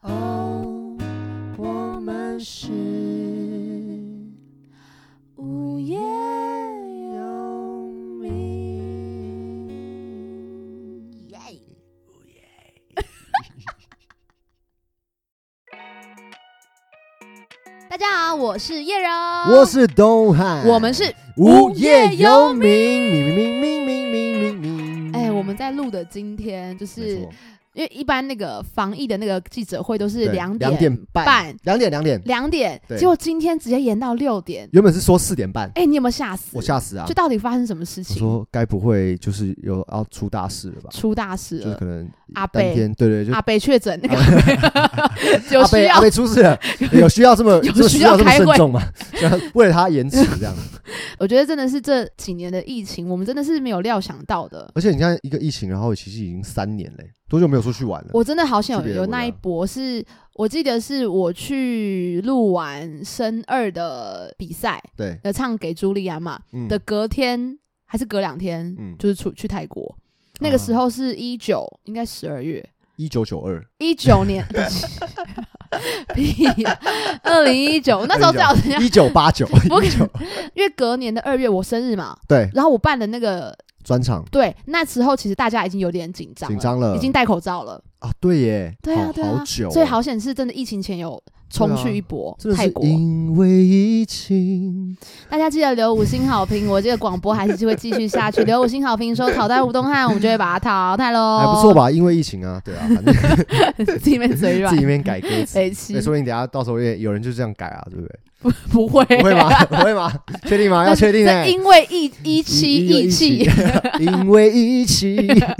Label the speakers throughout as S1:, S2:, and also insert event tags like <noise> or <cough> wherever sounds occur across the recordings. S1: 哦
S2: 我们是无业游民。耶！
S1: <laughs> 大家好，我是叶柔，
S2: 我是东汉，
S1: 我们是
S2: 无
S1: 无
S2: 业
S1: 业
S2: 游
S1: 游
S2: 民
S1: 民，
S2: 明明明明明明明明。
S1: 哎、我们在录的今天就是
S2: 嗯没错
S1: 因为一般那个防疫的那个记者会都是
S2: 对
S1: 两
S2: 两点
S1: 半、
S2: 两点两点，
S1: 两点，
S2: 对
S1: 结果今天直接延到六点。
S2: 原本是说四点半，
S1: 哎、你有没有吓死？啊
S2: 我吓死啊
S1: 就！到底发生什么事
S2: 我
S1: 情？
S2: 说该不会就是有要出大事了吧？
S1: 出大事
S2: 就是
S1: 了
S2: 可！能
S1: 阿
S2: 当
S1: 贝
S2: 天对对，就啊
S1: 阿北确诊，那个阿
S2: <laughs>
S1: 北有
S2: 阿
S1: 需
S2: 贝阿
S1: 要
S2: 贝出
S1: <laughs>
S2: 事了，有需要这么
S1: 有
S2: 这么
S1: 需
S2: 需
S1: 要
S2: 要这么
S1: 开
S2: 慎
S1: 会
S2: 重吗？就 <laughs> 为了他延迟这样。
S1: 我觉得真的是这几年的疫情，我们真的是没有料想到的。
S2: 而且你看一个疫情，然后其实已经三年嘞，多久没有出去玩了？
S1: 我真的好想
S2: 去别
S1: 有
S2: 的
S1: 有
S2: 国
S1: 那一
S2: 家
S1: 波是，我记得是我去录完升二的比赛，
S2: 对，
S1: 呃，唱给朱莉安嘛
S2: 嗯
S1: 的隔天还是隔两天，
S2: 嗯啊
S1: 就是出去泰国。那个时候是一九，应该十二月，
S2: 一九九
S1: <laughs>
S2: 二，
S1: 一九年，屁呀，二零一九，那时候最好人家
S2: 一九八九，
S1: 不可
S2: 一九
S1: 因为隔年的二月我生日嘛，
S2: 对
S1: 然后我办的那个，
S2: 专场
S1: 对，那时候其实大家已经有点紧张了，
S2: 紧张了，
S1: 已经戴口罩了，
S2: 啊，对耶，
S1: 对啊
S2: 好
S1: 对啊
S2: 好久哦，
S1: 所以好险是真的疫情前有冲
S2: 对
S1: 去
S2: 啊
S1: 一波、
S2: 真的
S1: 泰
S2: 是
S1: 国。
S2: 因为疫情，
S1: 大家记得留五星好评，我这个广播还是会继续下去。留五星好评说淘汰吴东汉，我们就会把他淘汰喽。
S2: 还不错？吧？因为疫
S1: <laughs>
S2: 情啊，对啊，反正
S1: 自己面嘴
S2: 自
S1: 软
S2: 己，那边改歌词，
S1: 北七
S2: 哎，说不定等下到时候也有人就这样改啊，对不对？ <laughs>
S1: 不会
S2: 不会吗？
S1: <laughs>
S2: 不会吗？确定吗？要确定
S1: 这
S2: 哎，
S1: 因为一一期
S2: 因因为
S1: 疫气。，
S2: <laughs> 因为疫情。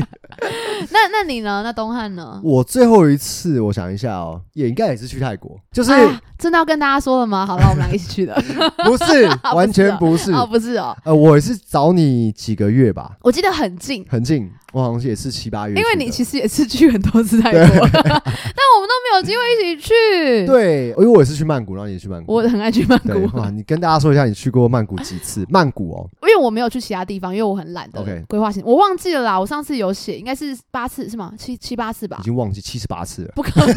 S1: 那那你呢？那东汉呢？
S2: 我最后一次，我想一下哦，也应该也是去泰国，就是
S1: 啊，真的要跟大家说了吗？好了，我们俩一起去的。 <laughs>
S2: 不 <laughs> 是完全不是。
S1: 啊哦，不是哦，
S2: 呃，我也是找你几个月吧，
S1: 我记得很近，
S2: 很近，我好像是也是七八月去的。
S1: 因为你其实也是去很多次泰 <laughs> 国，但我
S2: <laughs>
S1: 们都没有机会一起去。，
S2: 对，因为我也是去曼谷，然后你也去曼谷。
S1: 我很爱去曼谷，
S2: 对哇，
S1: 因
S2: 你跟大家说一下，你去过曼谷几次？曼谷哦，
S1: 为我没有去其他地方，因为我很懒的
S2: OK
S1: 规划行，我忘记了啦。我上次有写，应该是八次是吗？七七八次吧
S2: 已，经忘记七十八次了。
S1: 不可能，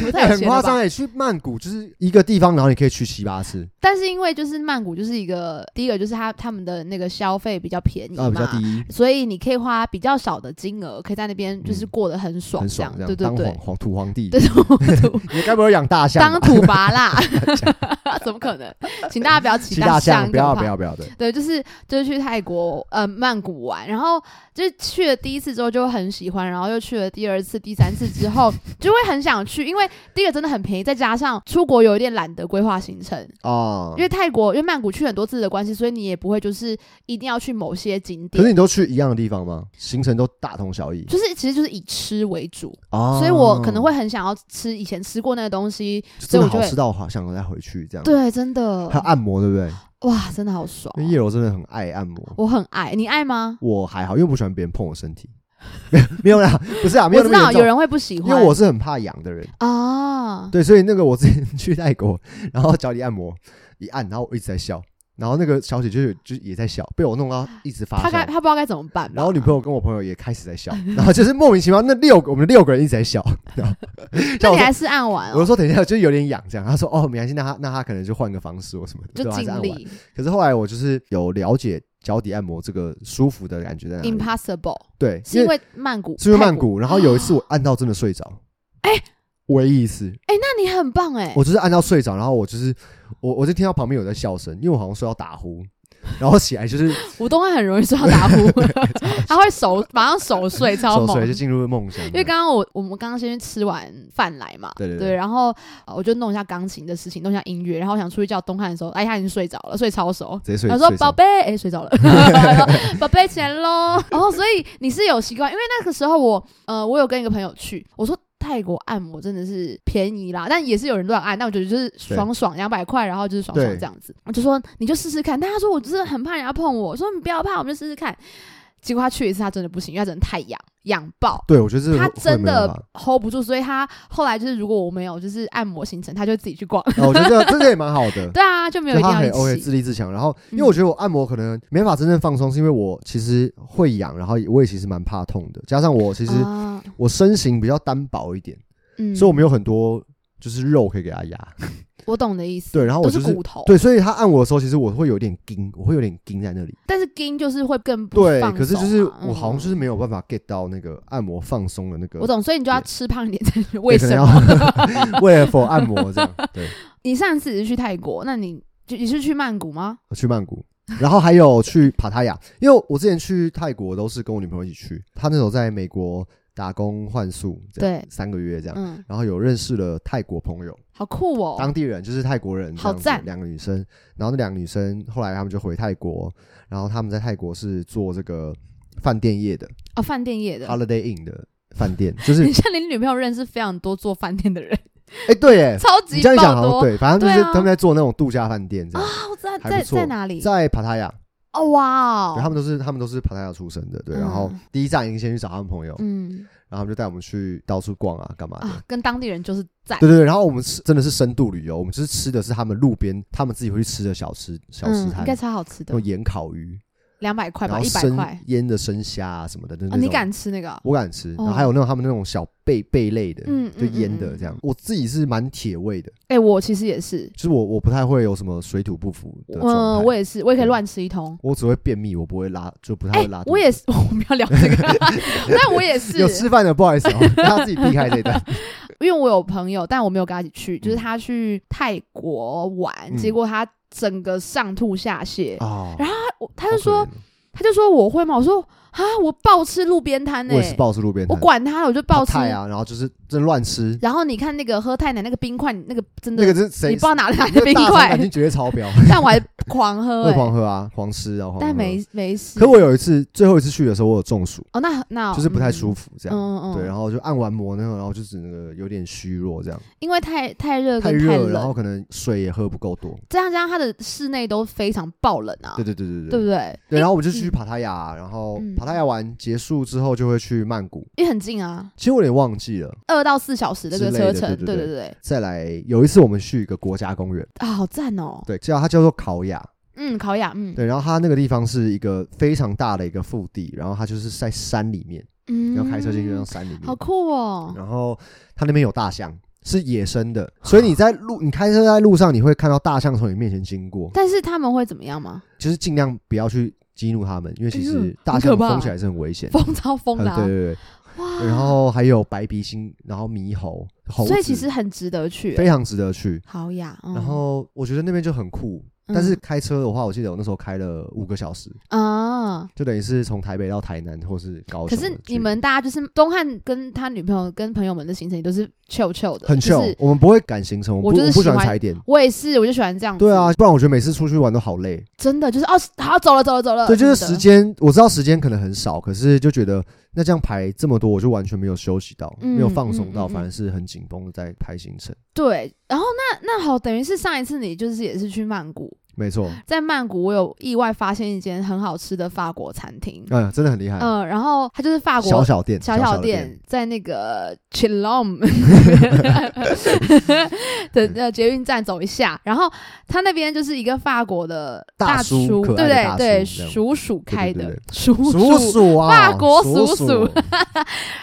S1: 不太
S2: 哎 <laughs>
S1: 有
S2: 很
S1: 钱
S2: 夸
S1: 了
S2: 张
S1: 吧？
S2: 哎！去曼谷就是一个地方，然后你可以去七八次，
S1: 但是因为就是曼谷就是一个第一个就是它他们的那个消费比较便宜嘛，
S2: 啊，比较低，
S1: 所以你可以花比较少的金额，可以在那边就是过得很爽，
S2: 嗯很爽这
S1: 对
S2: 样。
S1: 对
S2: 当
S1: 对
S2: 皇，皇土皇帝，
S1: 对对对
S2: 你该不会养大象
S1: 当
S2: 吧？
S1: 土拔啦，怎么可能？请大家不要骑
S2: <laughs> 骑大
S1: 象，
S2: 象，不要
S1: 很可
S2: 不
S1: 怕。
S2: 要不要，对，
S1: 对，就是就是去泰国呃曼谷玩，然后就是去了第一次之后就很喜欢，然后又去了第二次、第三次之后就会很想去，因为第一个真的很便宜，再加上出国有一点懒得规划行程，
S2: 哦
S1: 因，为泰国因为曼谷去很多次的关系，所以你也不会就是一定要去某些景
S2: 可
S1: 点
S2: 是，你都去一样的地方吗？行程都大同小异
S1: 就是其实就是以吃为主，
S2: 哦
S1: 所以我可能会很想要吃以前吃过那个东西。
S2: 就
S1: 所
S2: 真
S1: 以我
S2: 的
S1: 就
S2: 好
S1: 会
S2: 吃到我好想再回去这样。，
S1: 对，真的
S2: 还有按摩，对不对？
S1: 哇，真的好爽
S2: 因为
S1: 哦、
S2: 叶柔真的很爱按摩，
S1: 我很爱你爱吗？
S2: 我还好，因为我不喜欢别人碰我身体。 <laughs> 没有没有啦，不是啊，没
S1: <laughs> 我
S2: 有
S1: 知
S2: 那
S1: 道
S2: 么
S1: 有
S2: 严重。
S1: 人会不喜
S2: 因
S1: 欢，
S2: 为我是很怕痒的人，
S1: 啊，
S2: 对，所以那个我之前去泰国，然后脚底按摩一按，然后我一直在笑，然后那个小姐就是就也在笑，被我弄到一直发
S1: 他该
S2: 笑。
S1: 他不知道该怎么办吧，
S2: 然后女朋友跟我朋友也开始
S1: <laughs>
S2: 在笑，然后就是莫名其妙，那六个我们六个人一直在笑，然后
S1: 那
S2: 像我
S1: 你
S2: 说
S1: 还是按完
S2: 我
S1: 哦，
S2: 说等一下，就有点痒这样。他说哦，没关系，那他那他可能就换个方式或什么的，
S1: 就
S2: 对我啊还是
S1: 尽
S2: 按完。
S1: 力
S2: 可是后来我就是有了解脚底按摩这个舒服的感觉在哪里，
S1: impossible，
S2: 对，
S1: 是因为曼谷，
S2: 啊是因为曼
S1: 泰国，
S2: 谷，然后有一次我按到真的睡着，
S1: 哎
S2: 唯一一次，
S1: 哎，那你很棒哎，
S2: 我就是按到睡着，然后我就是我我就听到旁边有在笑声，因为我好像睡到打呼，然后起来就是
S1: 吴东汉很容易睡到打呼，
S2: <laughs>
S1: <laughs> 他会熟马上熟睡， <laughs> 超
S2: 熟
S1: 猛
S2: 睡，就进入梦乡了，
S1: 因为刚刚我我们刚刚先去吃完饭来嘛，
S2: 对对对
S1: 然后呃我就弄一下钢琴的事情，弄一下音乐，然后我想出去叫东汉的时候，哎，他已经睡着了，睡超熟。
S2: 直接睡，
S1: 他说
S2: 睡：“着
S1: 宝贝，哎、睡
S2: <laughs>
S1: 着了。 <laughs> 他说宝贝，起来喽。”哦，所以你是有习惯，因为那个时候我，呃，我有跟一个朋友去，我说泰国按摩真的是便宜啦，但也是有人乱按，但我觉得就是爽爽两百块，然后就是爽爽
S2: 对
S1: 这样子。我就说你就试试看，但他说我真的很怕人家碰我，我说你不要怕，我们就试试看。结果他去一次，他真的不行，因为他真的太痒，痒爆。
S2: 对，我觉得这个
S1: 他
S2: 会
S1: 真
S2: 没办
S1: 的
S2: 法
S1: hold 不住，所以他后来就是如果我没有就是按摩行程，他就自己去逛。 <laughs>
S2: 啊我觉得这个这个也蛮好的，
S1: 对啊，就没有
S2: 就
S1: 一定
S2: 他
S1: 要
S2: 很
S1: 一
S2: OK，
S1: 起。嗯
S2: 自立自强。然后，因为我觉得我按摩可能没法真正放松，是因为我其实会痒，然后我也其实蛮怕痛的，加上我其实
S1: 啊，
S2: 我身形比较单薄一点，
S1: 嗯
S2: 所以我没有很多就是肉可以给它压，
S1: 我懂你的意思。
S2: 对，然后我
S1: 都
S2: 就是
S1: 骨头，
S2: 对，所以他按我的时候，其实我会有点惊，我会有点惊在那里。
S1: 但是筋就是会更不
S2: 对，
S1: 放
S2: 可是
S1: 手
S2: 就是
S1: 嘛
S2: 我好像就是
S1: 嗯
S2: 没有办法 get 到那个按摩放松的那个
S1: 我，懂，所以你就要吃胖一点 <laughs> 才是。为
S2: 对可
S1: 什
S2: 能
S1: 么？
S2: <laughs> 要为了 for 按摩这样。对，
S1: 你上次也是去泰国，那你就你是去曼谷吗？
S2: 我去曼谷，然后还有去帕塔亚，因为我之前去泰国都是跟我女朋友一起去，她那时候在美国打工换宿，这样
S1: 对
S2: 三个月这样，
S1: 嗯，
S2: 然后有认识了泰国朋友，
S1: 好酷哦。
S2: 当地人就是泰国人，
S1: 好
S2: 这样子
S1: 赞
S2: 两个女生，然后那两个女生后来她们就回泰国，然后她们在泰国是做这个饭店业的
S1: 哦，饭店业的。
S2: Holiday Inn 的饭店，就是
S1: 你像你女朋友认识非常多做饭店的人，
S2: 哎、对耶，
S1: 超级
S2: 你这样讲
S1: 爆
S2: 好像
S1: 多。
S2: 对，反正就是
S1: 对啊
S2: 他们在做那种度假饭店这样，
S1: 哦，在
S2: 还不
S1: 在
S2: 错
S1: 在哪里？
S2: 在帕塔亚，
S1: 哦，哇
S2: 对，他
S1: 哦，
S2: 们都是他们都是帕塔亚出生的，对，
S1: 嗯
S2: 然后第一站已经先去找他们朋友，
S1: 嗯
S2: 然后他们就带我们去到处逛啊，干嘛的。
S1: 啊，跟当地人就是在
S2: 对对对，然后我们吃真的是深度旅游，我们就是吃的是他们路边他们自己会去吃的小吃小吃
S1: 嗯，应
S2: 摊，
S1: 该超好吃
S2: 那
S1: 的
S2: 种，盐烤鱼，
S1: 两百块
S2: 然
S1: 吧，
S2: 后
S1: 一百
S2: 生
S1: 块。
S2: 腌的生虾啊什么的，就是
S1: 哦，
S2: 那
S1: 你
S2: 种
S1: 敢吃那个？
S2: 我敢吃，然后
S1: 哦
S2: 还有那种他们那种小贝贝类的，
S1: 嗯
S2: 就
S1: 嗯
S2: 腌
S1: 嗯
S2: 的
S1: 嗯
S2: 这样。我自己是蛮铁胃的，
S1: 哎，我其实也是，
S2: 就是我我不太会有什么水土不服的状
S1: 嗯，
S2: 态，
S1: 我也是，我也可以
S2: 对
S1: 乱吃一通。
S2: 我只会便秘，我不会拉，就不太
S1: 哎
S2: 会拉，肚子。
S1: 我也是， <laughs> 我们要聊这个， <laughs> 但我也是，
S2: 有吃饭的，不好
S1: <laughs>
S2: 意思、哦，大家自己避开这一段。
S1: 因为我有朋友，但我没有跟他一起去，就是
S2: 嗯
S1: 他去泰国玩，
S2: 嗯
S1: 结果他整个上吐下泻。
S2: 哦，
S1: 他我他
S2: 他
S1: 就说，他就说我会吗？我说啊，我暴吃路边摊呢
S2: 我也，是暴吃路边
S1: 嗯我
S2: 摊，
S1: 管他，我就暴吃。
S2: 菜啊，然后就是真的乱吃，
S1: 然后你看那个喝泰奶那个冰块，那个真的，
S2: 那个是谁？
S1: 你不知道哪里来
S2: <laughs> 那
S1: 的
S2: 个
S1: 冰
S2: 大肠
S1: 块
S2: 杆，菌绝对超
S1: <laughs>
S2: 标，
S1: 但我还狂喝、
S2: 会
S1: 欸，
S2: 狂喝啊，狂吃啊，狂喝
S1: 但没没事。
S2: 可我有一次，最后一次去的时候，我有中暑，
S1: 哦，那那
S2: 就是不太舒
S1: 服。
S2: 服这
S1: 嗯
S2: 样。
S1: 嗯嗯，
S2: 对，然后就按完摩那后，然后就是那个有点虚弱这样，
S1: 因为太太热
S2: 太
S1: 跟太
S2: 热，然后
S1: 冷，哦
S2: 可能水也喝不够多。
S1: 这样加上他的室内都非常爆冷啊，
S2: 对对对对
S1: 对不
S2: 对。
S1: 对？
S2: 对，然后我们就去帕塔亚，然后
S1: 嗯
S2: 帕塔亚玩结束之后就会去曼谷。
S1: 也很近啊。
S2: 其实我有点忘记了，
S1: 二到四小时的这个
S2: 之类
S1: 车
S2: 的
S1: 程，
S2: 对
S1: 对
S2: 对对
S1: 对，
S2: 再来有一次我们去一个国家公园，
S1: 啊，好赞哦，
S2: 对，叫它叫做考雅，
S1: 嗯，烤雅，嗯，
S2: 对，然后它那个地方是一个非常大的一个腹地，然后它就是在山里面，
S1: 嗯，
S2: 要开车进去到山里面，
S1: 好酷哦，
S2: 然后它那边有大象，是野生的，所以你在路你开车在路上，你会看到大象从你面前经过，
S1: 但是他们会怎么样吗？
S2: 就是尽量不要去激怒它们，因为其
S1: 哎
S2: 实
S1: 呦
S2: 大
S1: 很可
S2: 象
S1: 怕
S2: 疯起来是很危险。
S1: 风超疯
S2: 很
S1: 的啊
S2: <laughs> 对，对
S1: 哇，
S2: 对，然后还有白鼻星，然后猕猴，猴
S1: 所以其
S2: 子
S1: 实很值得去
S2: 非常值得去。
S1: 烤雅，嗯
S2: 然后我觉得那边就很酷，
S1: 嗯
S2: 但是开车的话，我记得我那时候开了五个小时，
S1: 啊。
S2: 就等于是从台北到台南或是高
S1: 可
S2: 雄的距离。
S1: 是你们大家就是东汉跟他女朋友跟朋友们的行程都是 chill chill 的，
S2: 很
S1: 就
S2: chill，、
S1: 是
S2: 我们不会赶行程，我
S1: 我
S2: 不
S1: 就是
S2: 不喜
S1: 喜
S2: 欢
S1: 欢嗯
S2: 踩点。
S1: 我也是，我就喜欢这样。
S2: 对啊，，不然我觉得每次出去玩都好累。
S1: 真的就是哦，好走了走了走了。
S2: 对，就是
S1: 什么
S2: 时
S1: 呃的，
S2: 间，我知道时间可能很少，可是就觉得那这样排这么多，我就完全没有休息到，
S1: 嗯
S2: 没有放松
S1: 嗯
S2: 到，
S1: 嗯嗯
S2: 反而是很紧绷的在排行程。
S1: 对。然后那那好，等于是上一次你就是也是去曼谷，
S2: 没错，
S1: 在曼谷，我有意外发现一间很好吃的法国餐厅。
S2: 嗯，真的很厉害。
S1: 嗯、然后它就是法国
S2: 小小店，
S1: 小
S2: 小
S1: 小
S2: 的
S1: 店，在那个
S2: <laughs>
S1: Chilom 的
S2: 嗯
S1: 呃捷运站走一下，然后它那边就是一个法国的
S2: 大叔
S1: 叔，
S2: 可
S1: 对
S2: 爱
S1: 不
S2: 的
S1: 对？
S2: 大
S1: 对，
S2: 叔这样
S1: 鼠鼠开的
S2: 对对对
S1: <laughs> 鼠
S2: 鼠鼠啊，
S1: 法国
S2: 鼠
S1: 鼠鼠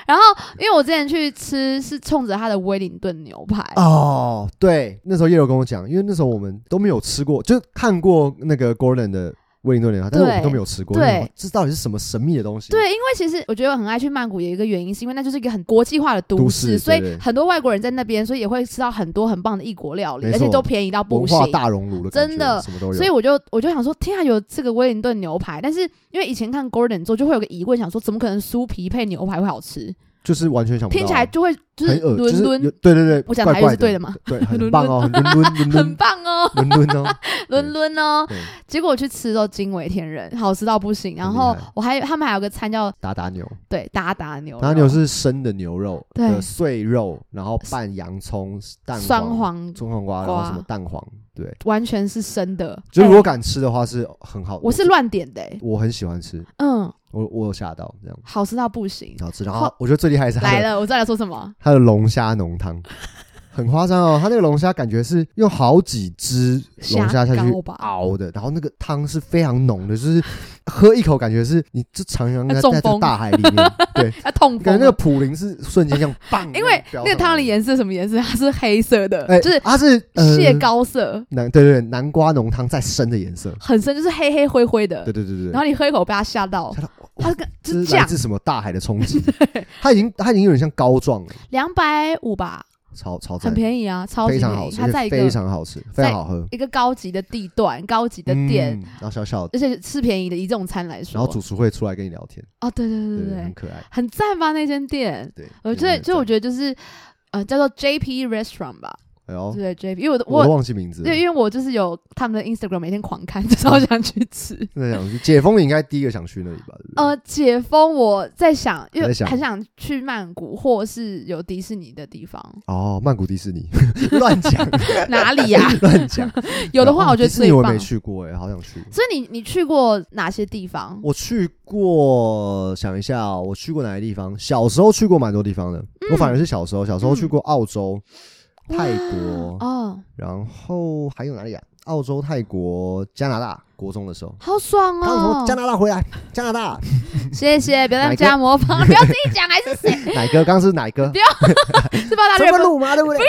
S1: 然后因为我之前去吃是冲着它的威灵顿牛排，
S2: <laughs> 哦，对，那时候叶柔跟我讲，因为那时候我们都没有吃过，就是看过那个 Gordon 的威灵顿牛排，但是我们
S1: 对
S2: 都没有吃过。
S1: 对
S2: 那我们，这到底是什么神秘的东西？
S1: 对，因为其实我觉得我很爱去曼谷，有一个原因是因为那就是一个很国际化的都
S2: 都
S1: 市，
S2: 市
S1: 所以
S2: 对对
S1: 很多外国人在那边，所以也会吃到很多很棒的异国料理，
S2: 没
S1: 而且
S2: 错
S1: 都便宜到不
S2: 文
S1: 行
S2: 化。大熔炉的感觉，
S1: 真的
S2: 什么都有。
S1: 所以我就我就想说，天啊，有这个威灵顿牛排，但是因为以前看 Gordon 做，就会有个疑问，想说怎么可能酥皮配牛排会好吃？
S2: 就是完全想不到，啊
S1: 听起来就会就是
S2: 很
S1: 伦
S2: 恶
S1: 敦，
S2: 就是有、对对对，
S1: 我讲
S2: 怪
S1: 台语
S2: 怪
S1: 是
S2: 的
S1: 对的吗？
S2: 对，
S1: <laughs>
S2: 很棒哦，伦敦伦
S1: 很
S2: 敦
S1: 棒哦，
S2: 伦敦哦，
S1: 伦敦哦。
S2: 对，
S1: 结果我去吃都惊为天人，好吃到不行。然
S2: 很厉
S1: 后
S2: 害
S1: 我还他们还有个餐叫
S2: 达达牛，
S1: 对达达牛肉，
S2: 达达牛是生的牛肉
S1: 对
S2: 的碎肉，然后拌洋葱、蛋
S1: 酸
S2: 黄、
S1: 黄，
S2: 中黄瓜，然后
S1: 瓜
S2: 什么蛋黄，对，
S1: 完全是生的。
S2: 就
S1: 哎
S2: 如果敢吃的话是很好，
S1: 我是乱点的、欸，
S2: 我很喜欢吃，
S1: 嗯，
S2: 我我有吓到这样，
S1: 好吃到不行。
S2: 然后吃，然后我觉得最厉害的是它
S1: 来
S2: 的
S1: 了，我知道你在说什么。 <laughs>
S2: 它的龙虾浓汤。很夸张哦。它那个龙虾感觉是用好几只龙虾下去
S1: 虾膏吧
S2: 熬的，然后那个汤是非常浓的，就是喝一口感觉是你这徜徉在
S1: 中
S2: 在这
S1: 风
S2: 大
S1: <laughs>
S2: 海里面，对，
S1: 它啊痛
S2: 感
S1: 风
S2: 觉那个
S1: 了。
S2: 普林是瞬间这样棒，
S1: 因为那个汤的颜色什么颜色？它是黑色的，
S2: 哎，
S1: 就是
S2: 它是
S1: 蟹。
S2: 呃
S1: 膏色，
S2: 南对对对，南瓜浓汤再深的颜色，
S1: 很深，就是黑黑灰灰的
S2: 对。对对对。
S1: 然后你喝一口被它吓到
S2: 吓到，
S1: 它是跟
S2: 这
S1: 就是
S2: 来
S1: 酱
S2: 自什么大海的冲
S1: <laughs>
S2: 击？它已经它已经有点像膏状了，
S1: 两百五吧，
S2: 超超赞
S1: 很，便宜啊，超级
S2: 非常
S1: 便
S2: 好
S1: 宜。
S2: 吃，
S1: 它
S2: 而且
S1: 在一
S2: 非
S1: 个
S2: 常好吃，非常好喝
S1: 一个高级的地段、高级的店，
S2: 嗯然后小小的，
S1: 而且是便宜的，以这种餐来说，
S2: 然后主厨会出来跟你聊天，
S1: 哦，对对对
S2: 对
S1: 对对，
S2: 很可爱，
S1: 很赞吧那间店？
S2: 对，
S1: 我
S2: 真
S1: 觉得，
S2: 的很
S1: 就我
S2: 赞
S1: 觉得就是呃，叫做 JP Restaurant 吧，
S2: 哎呦，
S1: 对 JP，因为我
S2: 我
S1: 我
S2: 都忘记名字了，
S1: 对，因为我就是有他们的 Instagram，每天狂看， <laughs> 就是
S2: 嗯
S1: 好想去吃。
S2: 真的想去解封，你应该第一个想去那里吧？对不对，
S1: 呃，解封我在想，因为
S2: 在想
S1: 很想去曼谷，或是有迪士尼的地方，
S2: 哦，曼谷迪士尼， <laughs> 乱
S1: <laughs>
S2: 讲
S1: 哪里
S2: <laughs>
S1: 呀、
S2: 乱讲，
S1: 有的话，
S2: 哦
S1: 我觉得
S2: 迪士尼
S1: 最
S2: 我
S1: 棒
S2: 没。去过哎，好想去。
S1: 所以你你去过哪些地方？
S2: 我去过，想一下哦、我去过哪些地方？小时候去过蛮多地方的，我反而是小时候，小时候去过澳洲、泰国，
S1: 哇哦，
S2: 然后还有哪里啊？澳洲、泰国、加拿大，国中的时候，
S1: 好爽
S2: 刚从
S1: 哦
S2: 加！拿大回来，加拿 <laughs> 大
S1: 谢谢，不要
S2: 哪
S1: 在
S2: 一
S1: 家模仿，不要自己讲，还是
S2: <laughs>
S1: 谁？
S2: 哪哥？刚刚是哪哥
S1: 不？是吧？大
S2: 这
S1: 瑞
S2: 么
S1: 他
S2: 鲁吗？对不对？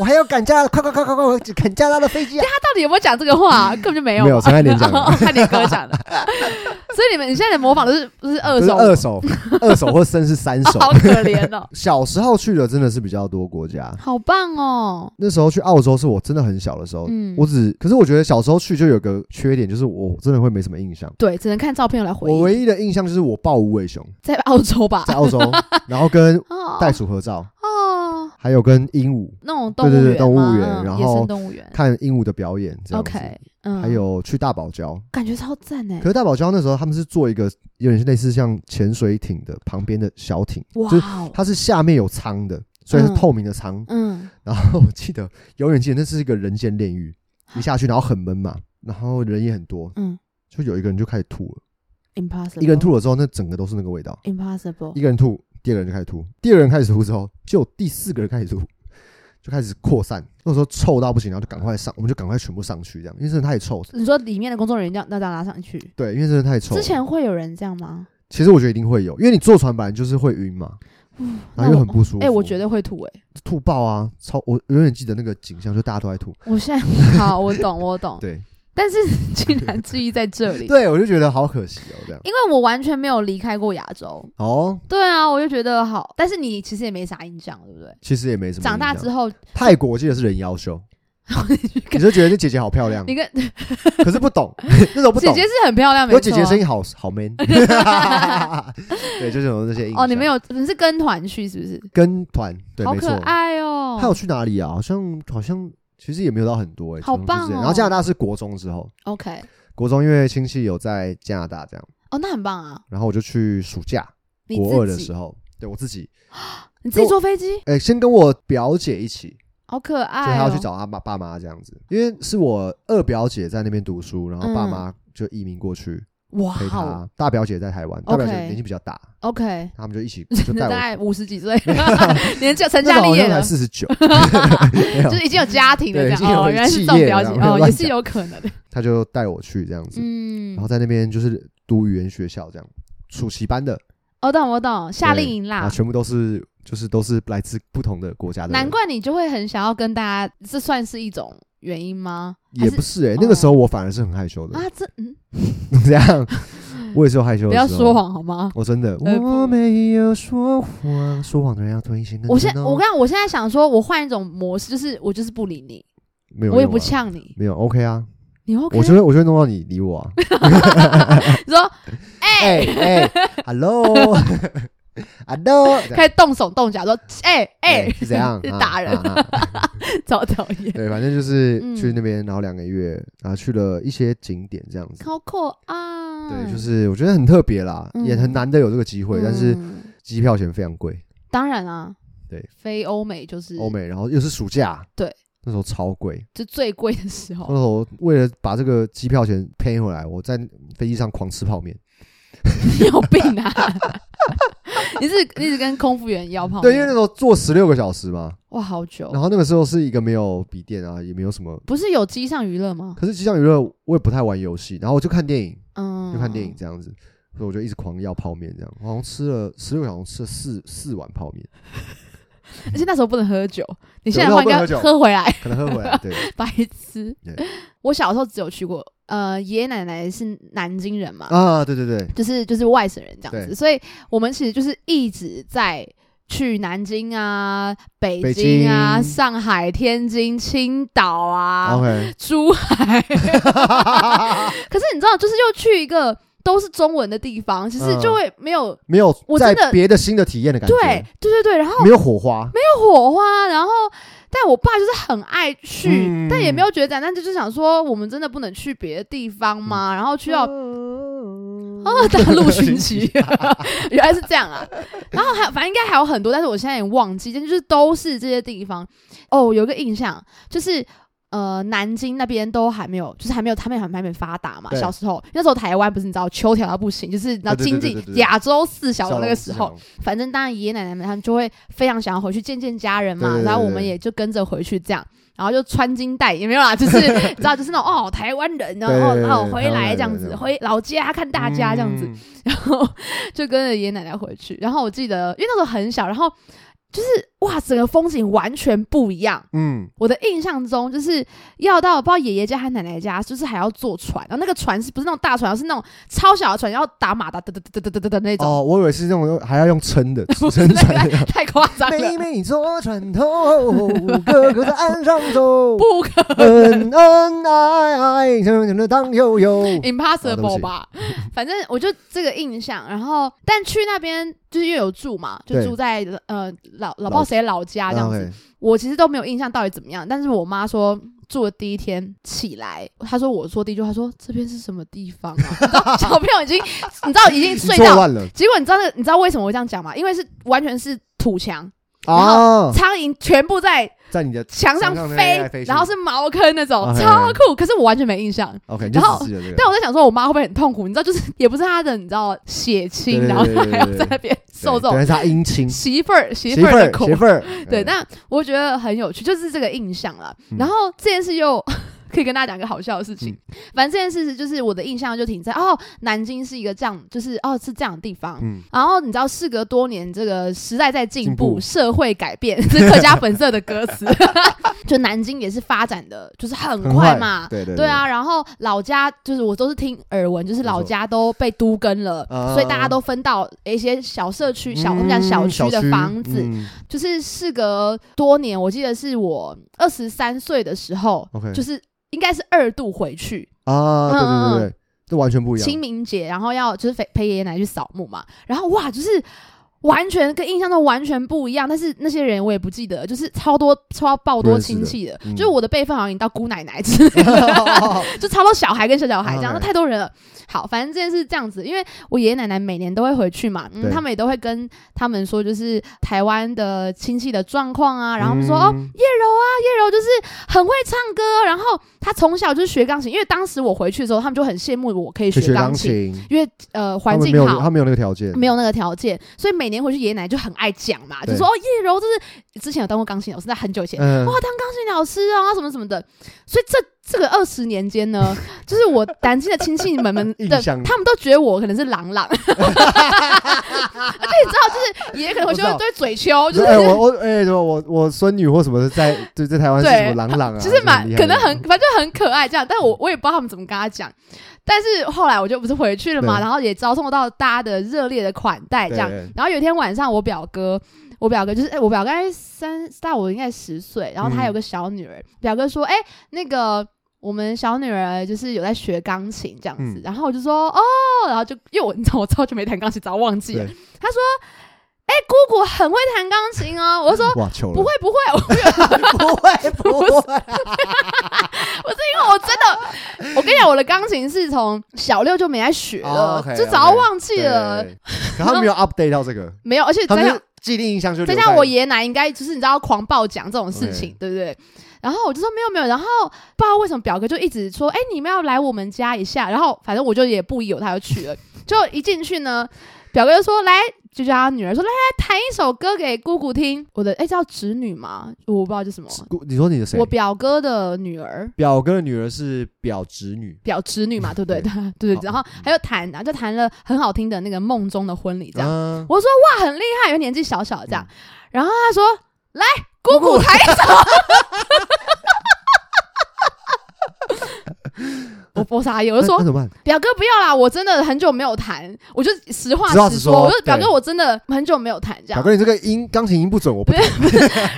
S2: 我还要赶加拿，快快快快快，我赶加拿大的飞机啊！
S1: 到底有没有讲这个
S2: <laughs>
S1: 话？根本就没有，
S2: 没有陈汉典讲
S1: <laughs>
S2: 的
S1: 哦汉典哥
S2: <laughs>
S1: 讲的。所以你们你现在的模仿都是都是二
S2: 不是
S1: 手，
S2: 二手，二手或甚至三手。
S1: 好可怜哦，
S2: 小时候去的真的是比较多国家，
S1: 好棒哦，
S2: 那时候去澳洲是我真的很小的时候，
S1: 嗯
S2: 我只可是我觉得小时候去就有个缺点，就是我真的会没什么印象。
S1: 对，只能看照片来回
S2: 我
S1: 忆。
S2: 唯一的印象就是我抱无尾
S1: <laughs>
S2: 熊
S1: 在澳洲吧
S2: 在，澳洲，然后跟
S1: 哦
S2: 袋鼠合照，
S1: 哦，
S2: 还有跟鹦鹉
S1: 那种动
S2: 对
S1: 物
S2: 对
S1: 园吗，
S2: 对动物园
S1: 嗯
S2: 然
S1: 野
S2: 后
S1: 生动物园。
S2: 看鹦鹉的表演这样子
S1: OK，嗯，
S2: 还有去大堡礁。
S1: 感觉超赞哎
S2: 可，是大堡礁那时候他们是做一个有点类似像潜水艇的旁边的小艇，
S1: 哇
S2: 就是
S1: 哦，
S2: 它是下面有舱的，所以是
S1: 嗯
S2: 透明的舱。
S1: 嗯，
S2: 然后我记得永远记得那是一个人间炼
S1: <laughs>
S2: 狱，一下去然后很闷嘛，然后人也很多，
S1: 嗯
S2: 就有一个人就开始吐了，
S1: ，impossible，
S2: 一个人吐了之后，那整个都是那个味道，
S1: ，impossible，
S2: 一个人吐，第二个人就开始吐，第二个人开始吐之后，就有第四个人开始吐，就开始扩散，那时候臭到不行，然后就赶快上，我们就赶快全部上去这样，因为真的太臭，
S1: 你说里面的工作人员这样那这样拉上去，
S2: 对，因为真的太臭了。
S1: 之前会有人这样吗？
S2: 其实我觉得一定会有，因为你坐船本来就是会晕嘛，然后又很不舒服，
S1: 哎、我觉得会吐哎、
S2: 吐爆啊，超我永远记得那个景象，就大家都在吐，
S1: 我现在好，我懂，我懂。
S2: 对，
S1: 但是竟然至于在这里，
S2: 对我就觉得好可惜哦，这样，
S1: 因为我完全没有离开过亚洲。
S2: 哦。
S1: 对啊，我就觉得好，但是你其实也没啥印象，对不对？
S2: 其实也没什么。
S1: 长大之，后， <laughs>
S2: 泰国我记得是人妖秀，
S1: 你
S2: 你
S1: 跟
S2: 就觉得这姐姐好漂亮，
S1: <laughs> 你跟
S2: 可是不懂， <laughs> 那时候不
S1: 姐
S2: 懂
S1: 姐。是很漂亮，啊没
S2: 有
S1: 错。
S2: 姐姐声音好
S1: <laughs>
S2: 好 man，对，就是有这些印象。
S1: 哦，你们有你是跟团去是不是？
S2: 跟团，对，
S1: 好
S2: 没
S1: 可
S2: 错。
S1: 爱哦
S2: 还。有去哪里啊？好像好像其实也没有到很多哎，
S1: 好
S2: 就是
S1: 棒
S2: 这样
S1: 哦
S2: 然后加拿大是国中之后，
S1: OK，
S2: 国中因为亲戚有在加拿大这样，
S1: 哦，那很棒啊。
S2: 然后我就去暑假
S1: 你
S2: 国二的
S1: 自己
S2: 时候，对我自己，
S1: 你自己坐飞机，
S2: 哎，先跟我表姐一起，
S1: 好可
S2: 所以
S1: 爱、
S2: 他
S1: 哦。
S2: 要去找他爸爸妈这样子，因为是我二表姐在那边读书，然后爸
S1: 嗯
S2: 妈就移民过去
S1: 哇
S2: 陪她，
S1: 哦
S2: 大表姐在台湾，大
S1: OK
S2: 表姐年纪比较大，
S1: ，OK，
S2: 他们就一起就
S1: 那 <laughs>
S2: 带
S1: 大
S2: 我。
S1: 概五十
S2: <laughs>
S1: 几岁，年成成
S2: 那时
S1: 家
S2: 候
S1: 立
S2: 好
S1: 业
S2: 像
S1: 了
S2: 才，四
S1: <laughs>
S2: 十九，
S1: 就是已经有家庭了
S2: 对
S1: 这
S2: 已经
S1: 样
S2: 有
S1: 哦，原来是这种
S2: 企业
S1: 表
S2: 了
S1: 情
S2: 然后
S1: 哦，
S2: 乱
S1: 也是有可能的。
S2: 他就带我去这样子，
S1: 嗯
S2: 然后，在那边就是读语言学校这样，暑期班的，
S1: 我哦懂我懂，夏令
S2: 对
S1: 营
S2: 然
S1: 啦
S2: 后。全部都是就是都是来自不同的国家的人，
S1: 难怪你就会很想要跟大家，这算是一种原因吗？
S2: 也
S1: 还哦
S2: 不是哎，那个时候我反而是很害羞 <laughs> 的，
S1: 啊，这嗯，
S2: 这样我也是有害羞的，
S1: 不要说，谎好吗？
S2: 我真的
S1: 呃不
S2: 我没有说谎，说谎的人要吞一些跟
S1: 我现
S2: 针哦
S1: 我跟你讲，我现在想说，我换一种模式，就是我就是不理你，
S2: 没有，啊
S1: 我也不，呛你，
S2: 没有 OK 啊，
S1: 你 OK？
S2: 我就会我就会弄到你理我啊，
S1: 你说
S2: 哎
S1: <laughs>
S2: 哎，hello，hello，这样
S1: 开始动手动脚，说哎哎
S2: 哎，是怎样
S1: <laughs> 是打人，
S2: 啊啊啊
S1: <laughs> 超讨厌，
S2: 对，反正就是
S1: 嗯
S2: 去那边，然后两个月，然后去了一些景点这样子。
S1: 好可爱。
S2: 对，就是我觉得很特别啦，
S1: 嗯
S2: 也很难得有这个机会，但是
S1: 嗯
S2: 机票钱非常贵，
S1: 当然啊，
S2: 对，
S1: 非欧美就是
S2: 欧美，然后又是暑假，
S1: 对，
S2: 那时候超贵，
S1: 就最贵的时
S2: 那
S1: 候，
S2: 时候为了把这个机票钱
S1: <laughs>
S2: 赔回来，我在飞机上狂吃泡面，
S1: 你有病啊！你是你是跟空服员要泡面？
S2: 对，因为那时候坐十六个小时嘛，
S1: 哇，好久
S2: 然，后那个时候是一个没有笔电啊，也没有什么，
S1: 不是有机上娱乐吗？
S2: 可是机上娱乐我也不太玩游戏，然后我就看电影，
S1: 嗯，
S2: 就看电影这样子，所以我就一直狂要泡面这样，我好像吃了十六小时吃了四四碗泡面，
S1: 而且那时候不能喝酒，你
S2: 对
S1: 现在的
S2: 那
S1: 话
S2: 我
S1: 应
S2: 不
S1: 该
S2: 能喝酒
S1: 喝回来， <laughs>
S2: 可能喝回来，对，
S1: 白痴
S2: 对。
S1: 我小时候只有去过，呃，爷爷奶奶是南京人嘛，
S2: 啊，对对对，
S1: 就是就是外省人这样子，
S2: 对
S1: 所以我们其实就是一直在去南京啊、北
S2: 北
S1: 京啊、
S2: 京
S1: 上海、天津、青岛啊、
S2: OK， <laughs>
S1: 珠海。可是你知道，就是又去一个都是中文的地方，其实
S2: 嗯
S1: 就会没有、
S2: 没有
S1: 我真
S2: 在
S1: 的
S2: 别的新的体验的感觉，
S1: 对对对对，然后
S2: 没有火花，
S1: 没有火花，然后。但我爸就是很爱去，
S2: 嗯
S1: 但也没有觉得怎样，但就是想说，我们真的不能去别的地方吗？然后去到
S2: 哦，
S1: 哦，大陆寻
S2: <laughs>
S1: 奇，原来是这样啊。然后还有反正应该还有很多，但是我现在也忘记，但就是都是这些地方。哦，有一个印象就是。呃，南京那边都还没有，就是还没有，他们还还没发达嘛。
S2: 对啊
S1: 小时候，那时候台湾不是你知道秋条到不行，就是你知道
S2: 对对
S1: 经
S2: 对
S1: 济
S2: 对对对
S1: 亚洲四小的
S2: 小
S1: 那
S2: 龙
S1: 个时候，，反正当然爷爷奶奶们他们就会非常想要回去见见家人嘛，
S2: 对对对
S1: 然后我
S2: 对
S1: 们也就跟着回去这样，然后就穿金戴 <laughs> 银也没有啦，就是你知道就是那种哦台湾人，然
S2: 对
S1: 后哦
S2: 对对
S1: 然后
S2: 对
S1: 回
S2: 台湾
S1: 来
S2: 人
S1: 这样
S2: 对
S1: 子，
S2: 对
S1: 回老家看大家这样子，
S2: 嗯，
S1: 然后就跟着爷爷奶奶回去，然后我记得因为那时候很小，然后就是哇整个风景完全不一样。
S2: 嗯，
S1: 我的印象中就是要到不知道爷爷家和奶奶家，就是还要坐船，然后那个船是不是那种大船，而是那种超小的船，要打马达，噔噔噔噔噔噔噔那种，
S2: 哦，我以为是那种还要用撑
S1: <laughs>
S2: 的，
S1: 不是
S2: 撑船。
S1: 太夸张了。
S2: 妹妹坐船头，哥哥在岸上
S1: <laughs>
S2: 走，
S1: 不可
S2: 恩恩爱爱，真真的荡悠悠。
S1: impossible
S2: 哦对不起
S1: 吧？反正我就这个印象。然后，但去那边就是因为有住嘛，就
S2: 对
S1: 住在呃老老
S2: 老
S1: 不知道谁老家这样子。
S2: OK，
S1: 我其实都没有印象到底怎么样，但是我妈说住的第一天起来，她说我说第一句话说这边是什么地方
S2: <laughs>
S1: 啊？你知道小朋友已经你知道哦已经
S2: 你
S1: 睡
S2: 做
S1: 到，
S2: 乱了
S1: 结果你知道那个你知道为什么我会这样讲吗？因为是完全是土墙，
S2: 啊！
S1: 苍蝇全部在
S2: 在你的
S1: 墙上
S2: 墙上啊飞
S1: 飞
S2: 来飞，去
S1: 然后是茅坑那种，
S2: OK
S1: 超酷。可是我完全没印象。
S2: OK，你就
S1: 然后
S2: 只记得这个。
S1: 但我在想说，我妈会不会很痛苦？你知道，就是 <laughs> 也不是她的，你知道血亲，
S2: 对
S1: 然后
S2: 对对对
S1: 还要
S2: 对
S1: 在那边受这
S2: 对
S1: 种
S2: 原来是他姻亲，
S1: 媳妇儿媳
S2: 媳
S1: 妇
S2: 妇
S1: 儿的
S2: 儿
S1: 苦
S2: 媳。妇儿。
S1: 对，
S2: 嗯
S1: 但我觉得很有趣，就是这个印象了。
S2: 嗯嗯
S1: 然后这件事又 <laughs> 可以跟大家讲一个好笑的事情。反正这件事就是我的印象就停在哦，南京是一个这样，就是哦是这样的地方。
S2: 嗯，
S1: 然后你知道，事隔多年，这个时代在进步，
S2: 进步
S1: 社会改变， <laughs> 这是客家粉色的歌
S2: <laughs>
S1: 词。 <laughs> 就南京也是发展的，就是很
S2: 很
S1: 快嘛，
S2: 对对
S1: 对，啊，然后老家就是我都是听耳闻，就是老家都被都跟了，
S2: 啊
S1: 所以大家都分到一些小社区、小我们讲
S2: 嗯
S1: 小区的房子，
S2: 嗯
S1: 就是事隔多年，我记得是我二十三岁的时候
S2: OK
S1: 就是嗯应该是二度回去
S2: 啊，对对对对对，这完全不一样。 <laughs>
S1: 清明节，然后要就是陪陪爷爷奶奶去扫墓嘛，然后哇，就是。完全跟印象中完全不一样，但是那些人我也不记得，就是超多超爆多
S2: 不认识
S1: 亲
S2: 的
S1: 戚的，
S2: 嗯
S1: 就是我的辈分好像已经到姑奶奶之类的，
S2: <laughs>
S1: 就超多小孩跟小小孩这样，
S2: OK
S1: 那太多人了。好，反正这件事这样子，因为我爷爷奶奶每年都会回去嘛，嗯，
S2: 对
S1: 他们也都会跟他们说，就是台湾的亲戚的状况啊， <laughs> 然后他们说、哦，
S2: 嗯
S1: 叶柔啊，叶柔就是很会唱歌，然后她从小就学钢琴，因为当时我回去的时候，他们就很羡慕我可以
S2: 去
S1: 学
S2: 学
S1: 钢
S2: 钢
S1: 琴，
S2: 琴，
S1: 因为呃
S2: 他
S1: 环
S2: 们
S1: 境
S2: 没有
S1: 好，
S2: 他没有那个条件，
S1: 没有那个条件，所以每年回去爷爷奶奶就很爱讲嘛，就
S2: 对
S1: 说哦叶柔就是之前有当过钢琴老师，在很久以前，
S2: 嗯
S1: 哇，当钢琴老师啊，什么什么的。所以这这个二十年间呢， <laughs> 就是我南京的亲戚们们
S2: <laughs> 印
S1: 的，
S2: 象
S1: 他们都觉得我可能是朗 <laughs> 朗，而且你知道，就是爷爷可能会
S2: 我知
S1: 说
S2: 道
S1: 对嘴球，就。
S2: 就是哎、我我哎、什么我我孙女或什么的在对在台湾是
S1: 对
S2: 什么朗朗啊，
S1: 就是蛮
S2: 厉害
S1: 可
S2: 的
S1: 能很，反正就很可爱这样，但我我也不知道他们怎么跟他讲。但是后来我就不是回去了嘛，
S2: 对
S1: 然后也遭受到大家的热烈的款待这样
S2: 对。
S1: 然后有一天晚上，我表哥，我表哥就是，哎、我表哥大概三大我应该十岁，然后他
S2: 嗯
S1: 有个小女儿，表哥说，哎、那个。我们小女儿就是有在学钢琴这样子，
S2: 嗯
S1: 然后我就说哦，然后就因为我你知道我超久没弹钢琴，早忘记了。
S2: 对
S1: 他说：“哎、姑姑很会弹钢琴
S2: <laughs>
S1: 哦。”我就说
S2: 哇，糗：“了，
S1: 不会，不会，我
S2: <laughs> 不会不会，
S1: 因为我真的，我跟你讲，我的钢琴是从小六就没来学了，
S2: 哦，OK，
S1: 就早忘记了。
S2: 对。可他们没有 update 到这个，
S1: 没有，而且
S2: 他
S1: 再
S2: 们
S1: 加
S2: 就既定印象就
S1: 再
S2: 留
S1: 加
S2: 在
S1: 上我爷爷奶应该就是你知道狂暴讲这种事情
S2: OK
S1: 对不对？然后我就说没有没有，然后不知道为什么表哥就一直说，哎、你们要来我们家一下，然后反正我就也不疑有他就去了，就一进去呢。表哥就说来，就叫他女儿说来来弹一首歌给姑姑听。我的哎叫侄女嘛，我不知道叫什么。
S2: 姑你说你的谁
S1: 我？表哥的女儿，
S2: 表哥的女儿是表侄女，
S1: 表侄女嘛，对不对？对 <laughs> 对对。然后还有弹，然后就弹了很好听的那个《梦中的婚礼》这样。
S2: 啊
S1: 我说哇，很厉害，因为年纪小小这
S2: 嗯
S1: 样。然后他说来，姑姑弹一
S2: <laughs>
S1: 首。我我傻眼，我就说
S2: 那那怎么办？
S1: 表哥不要啦，我真的很久没有弹，我就实话
S2: 实话
S1: 实
S2: 实说
S1: 我就表哥
S2: 对
S1: 我真的很久没有弹这
S2: 表
S1: 样。
S2: 哥，你这个音钢琴音不准，我不
S1: 没然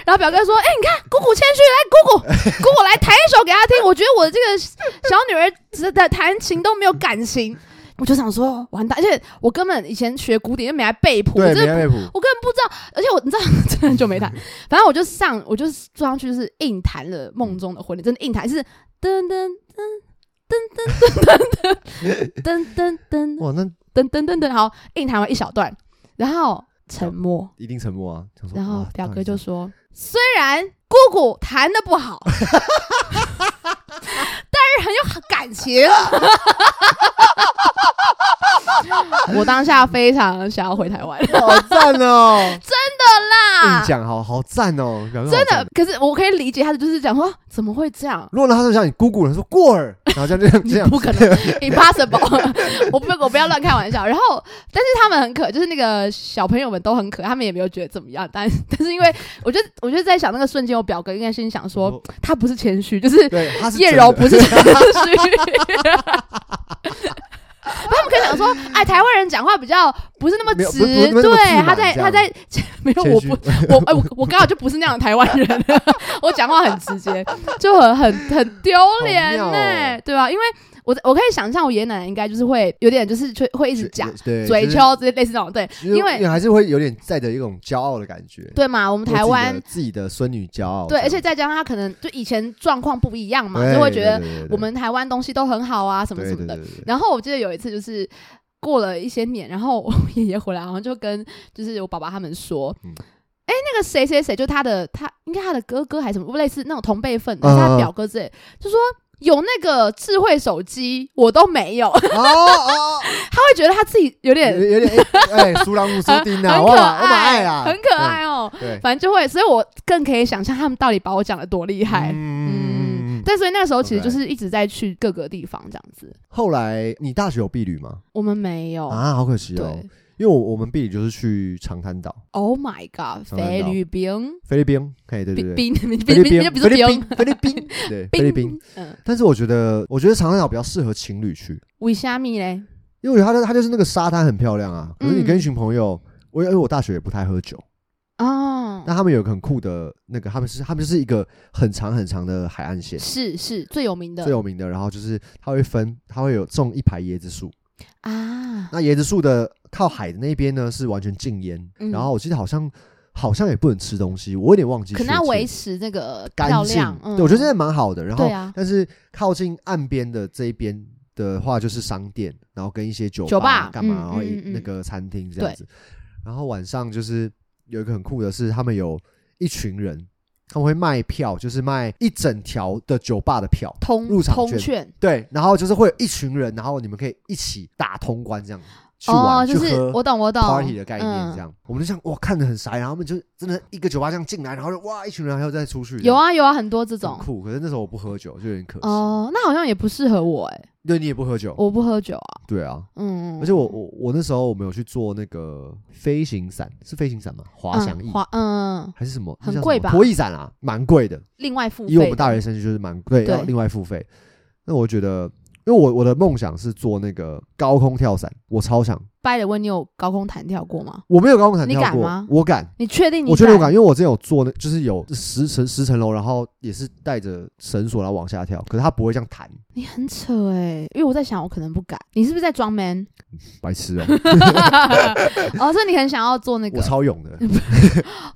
S1: 后表哥说：“哎、你看姑姑谦虚，来姑姑
S2: <laughs>
S1: 姑姑来弹一首给他听。我觉得我这个小女儿只的弹琴都没有感情。”我就想说完蛋，而且我根本以前学古典就没来背谱，我
S2: 对，
S1: 真
S2: 没
S1: 的
S2: 爱谱。
S1: 我根本不知道，而且我你知道 <laughs> 真的很久没弹，反正我就上我就是坐上去就是硬弹了《梦中的婚礼》，真的硬弹是噔噔噔噔噔噔噔噔噔噔。
S2: 哇，那
S1: 噔噔噔噔，好，硬弹完一小段，然后沉默，
S2: 一定沉默啊。想说
S1: 然后表哥就
S2: 说，
S1: 说：“虽然姑姑弹的不好，但是很有感情。”我当下非常想要回台湾，
S2: 哇好赞 <laughs> 哦！
S1: 真的啦
S2: 硬，讲好好赞哦，表哥好
S1: 真
S2: 赞
S1: 的。。可是我可以理解他的，就是讲说啊怎么会这样。
S2: 如果他是像你姑姑，人说过儿， <laughs> 然后这样这样 <laughs> 这样，
S1: 不可
S2: <laughs>
S1: 能，impossible！我 <laughs> 不，我不要乱开玩笑。然后，但是他们很可，就是那个小朋友们都很可，他们也没有觉得怎么样。但但是因为，我觉得，我就在想那个瞬间，我表哥应该心想说，
S2: 哦
S1: 他不是谦虚，就是
S2: 对，他是
S1: 叶
S2: 真
S1: 柔
S2: 的
S1: 不是谦
S2: <laughs>
S1: 虚。他们可能想说，哎，台湾人讲话比较不是那么
S2: 没有
S1: 直，
S2: 不是不是那么
S1: 对
S2: 自，满
S1: 他在
S2: 这
S1: 他
S2: 样
S1: 在没有，
S2: 谦
S1: 我
S2: 虚
S1: 不，我哎，我我刚好就不是那样的台湾人， <laughs> 我讲话很直接，就很很很丢脸
S2: 好妙
S1: 呢
S2: 哦，
S1: 对吧？因为我我可以想象，我爷爷奶奶应该就是会有点就是会会一直讲
S2: 对
S1: 嘴
S2: 就是
S1: 丘之类类似那种，对
S2: 就是
S1: 因为
S2: 你还是会有点带着一种骄傲的感觉。
S1: 对嘛？我们
S2: 为
S1: 台
S2: 自己的
S1: 湾
S2: 自己的孙女骄傲这
S1: 对，
S2: 样，
S1: 而且再加上他可能就以前状况不一样嘛，
S2: 对
S1: 就会觉得
S2: 对对对对
S1: 我们台湾东西都很好啊，什么什么的
S2: 对。对对对
S1: 然后我记得有一次就是过了一些年，然后我 <laughs> 爷爷回来，然后就跟就是我爸爸他们说，哎、
S2: 嗯
S1: 那个谁谁谁，就他的他应该他的哥哥还是什么类似那种同辈份的，还是
S2: 嗯
S1: 他
S2: 嗯嗯
S1: 表哥之类，就说。有那个智慧手机，我都没有。 <laughs> 他
S2: 对 <laughs> 哦哦，哦
S1: 会觉得他自己有点
S2: 有有点哎，哎苏朗姆苏
S1: 很
S2: 丁
S1: <laughs> 很
S2: 啊，
S1: 可
S2: 我把我把
S1: 爱
S2: 爱啊，
S1: 很可爱哦。
S2: 对，对，
S1: 反正就会，所以我更可以想象他们到底把我讲的多厉
S2: 嗯
S1: 害。嗯，但所以那个时候其实就是一直在去各个地方这样子。
S2: 后来你大学有避旅吗？
S1: 我们没有，
S2: 啊，好可惜
S1: 对
S2: 哦，因为我我们避旅就是去长滩岛、
S1: ，Oh my God，
S2: 常常
S1: 菲律宾，
S2: 菲律宾，嘿，对对
S1: 宾
S2: 对，
S1: 宾宾宾
S2: 菲律
S1: 宾，就
S2: 宾，
S1: 不是
S2: 菲律
S1: 宾
S2: 宾，菲律
S1: <laughs>
S2: 宾，对，菲律宾。，
S1: 嗯，
S2: 但是我觉得，我觉得长滩岛比较适合情侣去，
S1: 为虾米嘞？
S2: 因为我觉得它的它就是那个沙滩很漂亮啊。
S1: 嗯
S2: 可是你跟一群朋友，我因为我大学也不太喝酒，
S1: 哦，
S2: 那他们有一个很酷的那个，他们是他们就是一个很长很长的海岸线，
S1: 是是最有名的
S2: 最有名的。然后就是它会分，它会有种一排椰子树，
S1: 啊，
S2: 那椰子树的靠海的那边呢是完全禁烟，
S1: 嗯
S2: 然后我记得好像好像也不能吃东西，我有点忘记确
S1: 可
S2: 切，
S1: 能要维持那个漂
S2: 干净
S1: 亮。。嗯
S2: 对，我觉得真的蛮好的。然后
S1: 对啊，
S2: 但是靠近岸边的这一边的话，就是商店，然后跟一些酒
S1: 酒吧
S2: 干嘛，
S1: 嗯
S2: 然后一
S1: 嗯嗯
S2: 那个餐厅这样子。然后晚上就是有一个很酷的是，他们有一群人，他们会卖票，就是卖一整条的酒吧的票。
S1: 通
S2: 入场
S1: 通
S2: 券
S1: 券
S2: 对，然后就是会有一群人，然后你们可以一起打通关这样去玩、
S1: 哦，就是
S2: 去喝。
S1: 我懂我懂
S2: party 的概念
S1: 嗯
S2: 这样，我们就像哇看得很傻，然后他们就真的一个酒吧这样进来，然后就哇一群人还要再出去，
S1: 有，啊有啊，很多这
S2: 这样
S1: 种
S2: 很。酷。可是那时候我不喝酒，就有点可惜。
S1: 哦，那好像也不适合我哎，
S2: 对你也不喝酒，
S1: 我不喝酒啊，
S2: 对啊。
S1: 嗯，
S2: 哦而且我我我那时候我们有去做那个飞行伞，是飞行伞吗？滑
S1: 嗯
S2: 翔翼、
S1: 滑嗯，
S2: 还是什么？
S1: 很
S2: 那叫
S1: 贵
S2: 什么
S1: 吧
S2: 拖翼伞啊，蛮贵的。
S1: 另外付费
S2: 以
S1: 的。
S2: 我们大学生就是蛮贵，
S1: 对
S2: 要另外付费。那我觉得，因为我我的梦想是做那个高空跳伞，我超想。
S1: By the way，你有高空弹跳过吗？
S2: 我没有高空伞
S1: 你
S2: 跳
S1: 敢
S2: 过，
S1: 吗
S2: 我敢。
S1: 你确定你？
S2: 我确定我敢，因为我之前有做那，就是有十层十层楼，然后也是带着绳索然后往下跳，可是它不会这样弹，
S1: 你很扯哎、因为我在想，我可能不敢。你是不是在装 man？
S2: 白痴哦、
S1: <laughs> 哦，所以你很想要做 <laughs> 那个
S2: 我超勇的，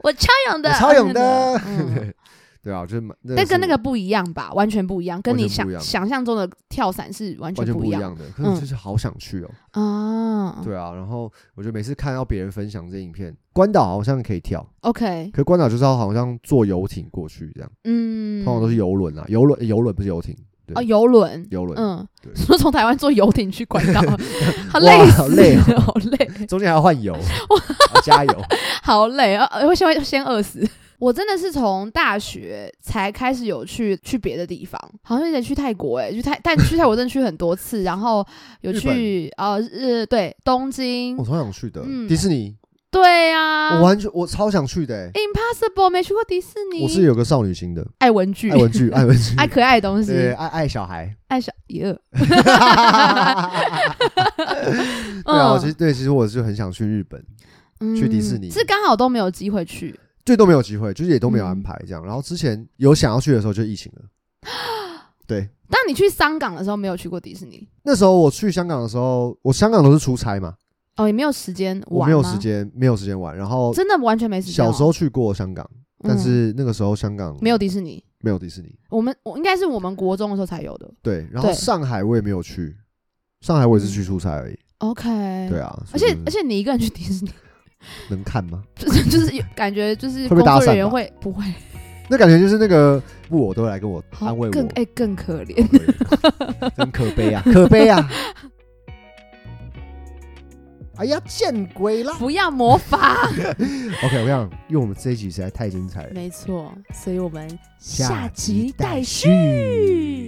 S1: 我超勇的，
S2: 我超勇的 <laughs>
S1: 嗯
S2: 对啊，就是蛮。
S1: 但跟那
S2: 是
S1: 个不一样吧，完全不一样，跟你
S2: 完全不
S1: 想
S2: 一样
S1: 想象中的跳伞是完
S2: 完
S1: 全
S2: 全
S1: 不
S2: 不
S1: 一
S2: 一
S1: 样嗯
S2: 样的，可是就是好想去哦、
S1: 啊。
S2: 对啊，然后我觉得每次看到别人分享这影片，关岛好像可以跳，
S1: ，OK，
S2: 可是关岛就是要好像坐游艇过去这样，
S1: 嗯，
S2: 通常都是游轮啊，游轮游轮不是游艇，对
S1: 哦，游轮，
S2: 游轮，
S1: 嗯 <laughs>
S2: 对，
S1: 说从台湾坐游艇去
S2: <laughs>
S1: 关岛，好
S2: 哇
S1: 累死
S2: 好累哦
S1: <laughs> 好累，
S2: 中间还要
S1: <laughs>
S2: 换油，要加油。
S1: 好累啊！呃会先会先饿死。 <laughs> 我真的是从大学才开始有去去别的地方，好像有点去泰国哎、去泰但去泰国真的去很多次，然后有
S2: 日哦
S1: 去呃日对东京
S2: 我，超想去的，
S1: 嗯
S2: 迪士尼，
S1: 对啊
S2: 我完全我超想去的欸，
S1: ，Impossible 没去过迪士尼，
S2: 我是有个少女心的，
S1: 爱文具
S2: 爱，文
S1: <laughs>
S2: 具，爱文具，
S1: 爱嗯可爱的东西，
S2: 对啊爱爱
S1: <laughs>
S2: 小孩。
S1: 爱小耶，
S2: 对啊，我其
S1: 嗯
S2: 实对，其实我是很想去日本，去迪士尼
S1: 嗯是刚好都没有机会去，
S2: 最都没有机会，就是也都没有安
S1: 嗯
S2: 排这样。然后之前有想要去的时候就疫情了，对。
S1: 但你去香港的时候没有去过迪士尼
S2: 那时候我去香港的时候，我香港都是出差嘛，
S1: 哦，也没有时间玩，
S2: 我没有时，间，没有时间玩。然后
S1: 真的完全没时间哦。
S2: 小时候去过香港，但
S1: 嗯
S2: 是那个时候香港
S1: 没有迪士尼，
S2: 没有迪士尼，
S1: 我们我应该是我们国中的时候才有的。
S2: 对。然后
S1: 对
S2: 上海我也没有去，上海我也是去出差而已，
S1: OK，
S2: 对啊。
S1: 哎而且而
S2: 且
S1: 且你一个人去迪士尼， <laughs>
S2: 能看吗？
S1: 就是就是有感觉就是
S2: <laughs> 会被
S1: 工
S2: 搭
S1: 作
S2: 讪
S1: 人员
S2: 吧
S1: 会不会
S2: 那感觉就是那个布偶都来跟我
S1: 好
S2: 安慰我
S1: 更，哎、更可怜。
S2: 真可悲啊，可悲啊！哎呀，见鬼啦！
S1: <laughs> 不要模仿， <laughs>
S2: OK，我想，因为我们这一集实在太精彩了，
S1: 没错，所以我们
S2: 下
S1: 下集
S2: 集待
S1: 待
S2: 续。
S1: 续。